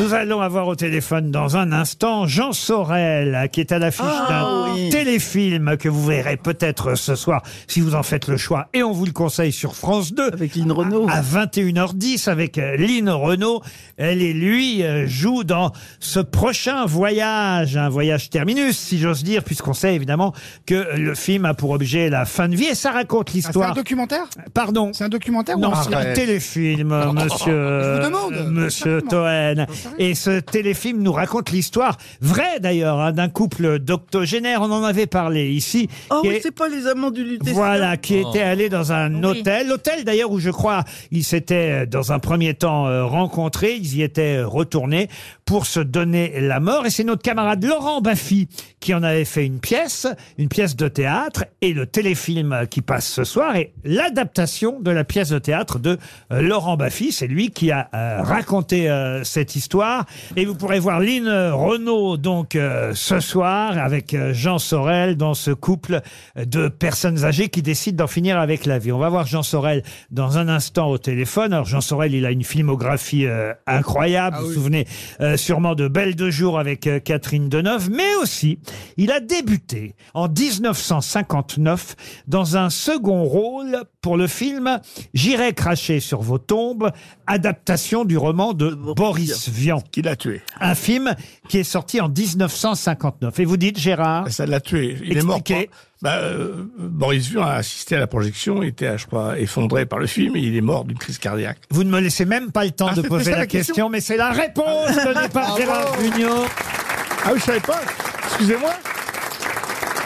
Nous allons avoir au téléphone dans un instant Jean Sorel, qui est à l'affiche d'un téléfilm que vous verrez peut-être ce soir, si vous en faites le choix. Et on vous le conseille sur France 2. Avec Lynn Renault. À 21h10, avec euh, Lynn Renault. Elle et lui euh, jouent dans ce prochain voyage, un voyage terminus, si j'ose dire, puisqu'on sait évidemment que le film a pour objet la fin de vie. Et ça raconte Ah, c'est un l'histoire. documentaire Pardon. C'est un documentaire Non, ou un c'est un film téléfilm, euh, monsieur, Je vous demande. euh, monsieur Exactement. Toen. sérieux. Et ce téléfilm nous raconte l'histoire vraie d'ailleurs hein, d'un couple d'octogénaires. On en avait parlé ici. Oh, qui oui, est- c'est pas les amants du Lutécia. voilà, qui était allé dans un hôtel, l'hôtel d'ailleurs où je crois ils s'étaient euh, dans un premier temps euh, rencontrés, ils y étaient euh, retournés pour se donner la mort. Et c'est notre camarade Laurent Baffy qui en avait fait une pièce, une pièce de théâtre, et le téléfilm euh, qui passe ce soir est l'adaptation de la pièce de théâtre de euh, Laurent Baffy. C'est lui qui a euh, raconté euh, cette histoire. Et vous pourrez voir Lynn Renault donc euh, ce soir avec euh, Jean Sorel dans ce couple de personnes âgées qui décident d'en finir avec la vie. On va voir Jean Sorel dans un instant au téléphone. Alors Jean Sorel, il a une filmographie euh, incroyable. vous vous souvenez euh, sûrement de Belle de jour avec euh, Catherine Deneuve, mais aussi il a débuté en 1959 dans un second rôle pour le film J'irai cracher sur vos tombes, adaptation du roman de Boris Vian, qui l'a tué. un film qui est sorti en 1959. Et vous dites Gérard Ah, Ça l'a tué. Il est mort. Expliquez. pas- Bah, euh, Boris Vian a assisté à la projection, il était, je crois, effondré par le film et il est mort d'une crise cardiaque. Vous ne me laissez même pas le temps Ah, de c'était poser ça la, la question, question mais c'est la réponse donnée par Gérard Junior. Ah oui, je savais pas. Excusez-moi.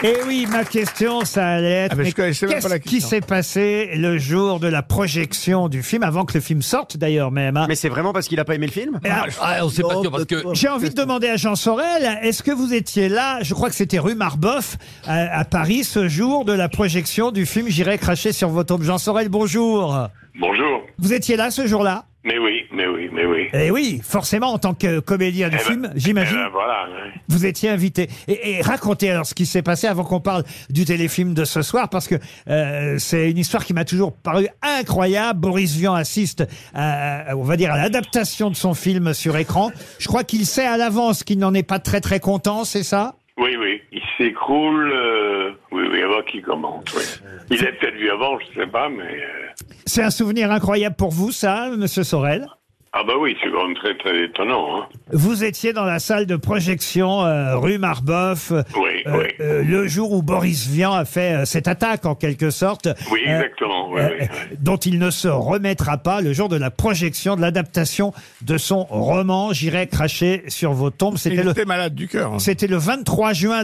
Et Eh oui, ma question, ça allait être. Ah, mais je mais connaissais même pas la qu'est-ce qui question. s'est passé le jour de la projection du film, avant que le film sorte d'ailleurs même hein. Mais c'est vraiment parce qu'il a pas aimé le film Et alors, Ah, on sait pas Non, sûr, parce que peut-être J'ai envie de demander à Jean Sorel, est-ce que vous étiez là, je crois que c'était rue Marboff, à, à Paris, ce jour de la projection du film J'irai cracher sur vos tombes. Jean Sorel, bonjour. Bonjour. Vous étiez là ce jour-là Mais oui, mais oui, mais oui. Eh oui, forcément, en tant que comédien du Eh ben, film, Eh j'imagine. ben, voilà. ouais. Vous étiez invité. Et, et racontez alors ce qui s'est passé avant qu'on parle du téléfilm de ce soir, parce que euh, c'est une histoire qui m'a toujours paru incroyable. Boris Vian assiste, à, on va dire, à l'adaptation de son film sur écran. Je crois qu'il sait à l'avance qu'il n'en est pas très très content, c'est ça Oui, oui. Il s'écroule. euh, Oui, oui, avant qu'il commente. Oui. Il l'a peut-être vu avant, je sais pas, mais. euh, C'est un souvenir incroyable pour vous, ça, Monsieur Sorel Ah, bah oui, c'est quand même très, très étonnant. Hein. Vous étiez dans la salle de projection euh, rue Marbeuf. euh, Oui, euh, oui. euh, le jour où Boris Vian a fait euh, cette attaque en quelque sorte. Oui, Euh, exactement. Oui, euh, oui. euh, dont il ne se remettra pas le jour de la projection de l'adaptation de son roman J'irai cracher sur vos tombes. Il C'était le, était malade du cœur. hein. c'était le 23 juin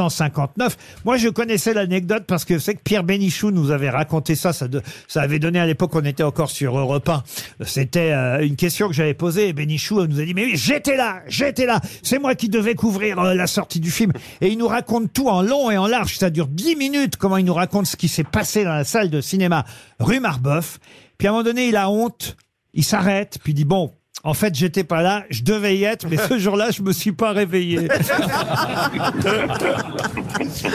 1959. Moi, je connaissais l'anecdote parce que c'est que Pierre Bénichou nous avait raconté ça. Ça, de- ça avait donné à l'époque, on était encore sur Europe 1. C'était euh, une question que j'avais posée et Bénichou euh, nous a dit, mais oui, j'étais là, j'étais là. C'est moi qui devais couvrir euh, la sortie du film. Et il nous raconte tout en long et en large. Ça dure 10 minutes, comment il nous raconte ce qui s'est passé dans la salle de cinéma rue Marbeuf. Puis à un moment donné, il a honte. Il s'arrête, puis il dit, bon, en fait, j'étais pas là, je devais y être, mais ce jour-là, je me suis pas réveillé.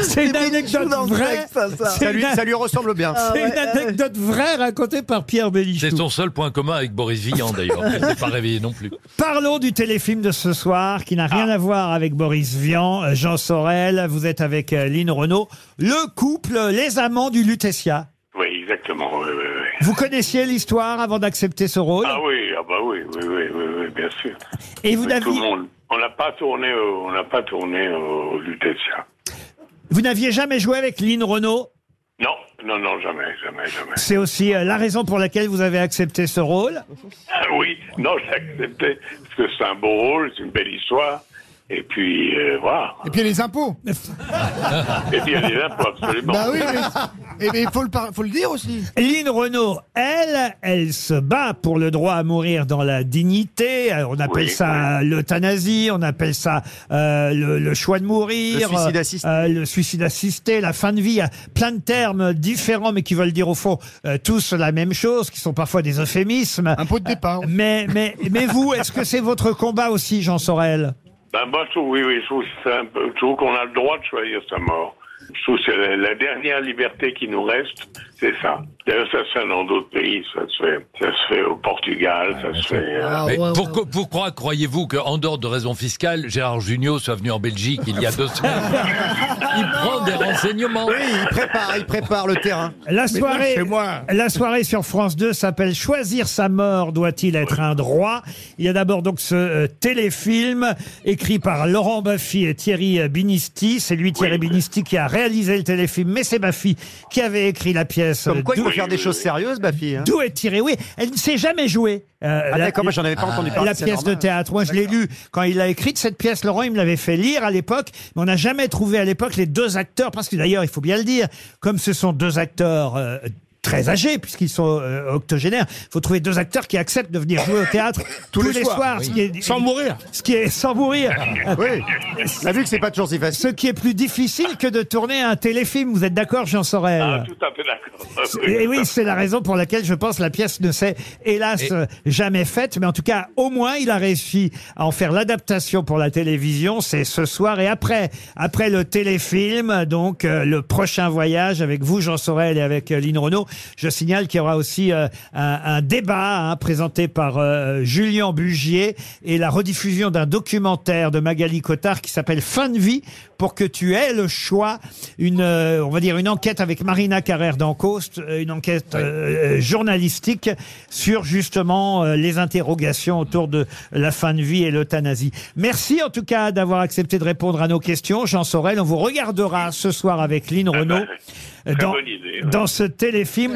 C'est une anecdote dans le vraie. texte, ça, ça. C'est ça lui, une, a- ça lui ressemble bien. Ah c'est ouais, une anecdote vraie racontée par Pierre c'est Bélichou. son seul point commun avec Boris Vian d'ailleurs. Il s'est pas réveillé non plus. Parlons du téléfilm de ce soir qui n'a Ah. rien à voir avec Boris Vian, euh, Jean Sorel, vous êtes avec euh, Lynn Renault, le couple, euh, les amants du Lutetia. Oui, exactement. Oui, oui, oui. Vous connaissiez l'histoire avant d'accepter ce rôle Ah oui, ah bah oui, oui, oui, oui, oui bien sûr. et vous Mais tout le n'aviez, monde. On n'a pas tourné au, on n'a pas tourné au Lutetia. vous n'aviez jamais joué avec Lynn Renault Non, non, non, jamais, jamais, jamais. C'est aussi euh, la raison pour laquelle vous avez accepté ce rôle. Ah oui, non, j'ai accepté parce que c'est un beau rôle, c'est une belle histoire. Et puis euh, voilà. Et puis les impôts. Et puis il y a des impôts, absolument. Bah oui, mais- et mais il faut le, par- faut le dire aussi. Lynn Renault, elle, elle se bat pour le droit à mourir dans la dignité. Euh, On appelle Oui, ça l'euthanasie, on appelle ça euh, le, le choix de mourir, Le suicide euh, assisté. euh, le suicide assisté, la fin de vie. Il y a plein de termes différents, mais qui veulent dire au fond euh, tous la même chose, qui sont parfois des euphémismes. Euh, Un pot de départ. Mais, mais, mais vous, est-ce que c'est votre combat aussi, Jean Sorel Ben moi, je trouve, oui, oui, je trouve, que c'est un peu- je trouve qu'on a le droit de choisir sa mort. Je trouve que c'est la, la dernière liberté qui nous reste, c'est ça. D'ailleurs, ça se fait dans d'autres pays, ça se fait, ça se fait au Portugal, ça se fait. euh, Ah, Mais ouais, ouais, pourquoi, pourquoi croyez-vous qu'en dehors de raisons fiscales, Gérard Junior soit venu en Belgique il y a deux semaines Il prend des renseignements. Oui, il prépare, il prépare le terrain. La soirée, chez moi. la soirée sur France 2 s'appelle Choisir sa mort doit-il être un droit Il y a d'abord donc ce euh, téléfilm écrit par Laurent Baffy et Thierry euh, Binisti. C'est lui Thierry Binisti qui a réalisé le téléfilm, mais c'est Baffy qui avait écrit la pièce. euh, Comme quoi, il faut D'où- faire des choses sérieuses, ma fille. hein. D'où est tiré Oui, elle ne s'est jamais jouée. euh, Ah la- Ah, d'accord, moi j'en avais pas entendu parler. la c'est pièce de normal. théâtre. Moi, je l'ai lu quand il a écrite cette pièce. Laurent, il me l'avait fait lire à l'époque, mais on n'a jamais trouvé à l'époque les deux acteurs, parce que d'ailleurs, il faut bien le dire, comme ce sont deux acteurs. euh, Très âgés, puisqu'ils sont euh, octogénaires. Il faut trouver deux acteurs qui acceptent de venir jouer au théâtre tous, les, soirs, ce, qui est, Sans mourir. ce qui est sans mourir. Oui. On a vu que c'est pas toujours si facile. ce qui est plus difficile que de tourner un téléfilm. Vous êtes d'accord, Jean Sorel Ah, tout à fait d'accord. Et oui, c'est la raison pour laquelle je pense la pièce ne s'est hélas Et- euh, jamais faite, mais en tout cas, au moins, il a réussi à en faire l'adaptation pour la télévision. C'est ce soir et après, après le téléfilm, donc euh, le prochain voyage avec vous, Jean Sorel, et avec euh, Lynn Renault. Je signale qu'il y aura aussi euh, un, un débat hein, présenté par euh, Julien Bugier et la rediffusion d'un documentaire de Magali Cotard qui s'appelle Fin de vie pour que tu aies le choix. Une, euh, on va dire une enquête avec Marina Carrère d'Ancoste, euh, une enquête euh, euh, journalistique sur justement euh, les interrogations autour de la fin de vie et l'euthanasie. Merci en tout cas d'avoir accepté de répondre à nos questions, Jean Sorel. On vous regardera ce soir avec Lynn Renault ben, Ah très dans, bonne idée, ouais. dans ce téléfilm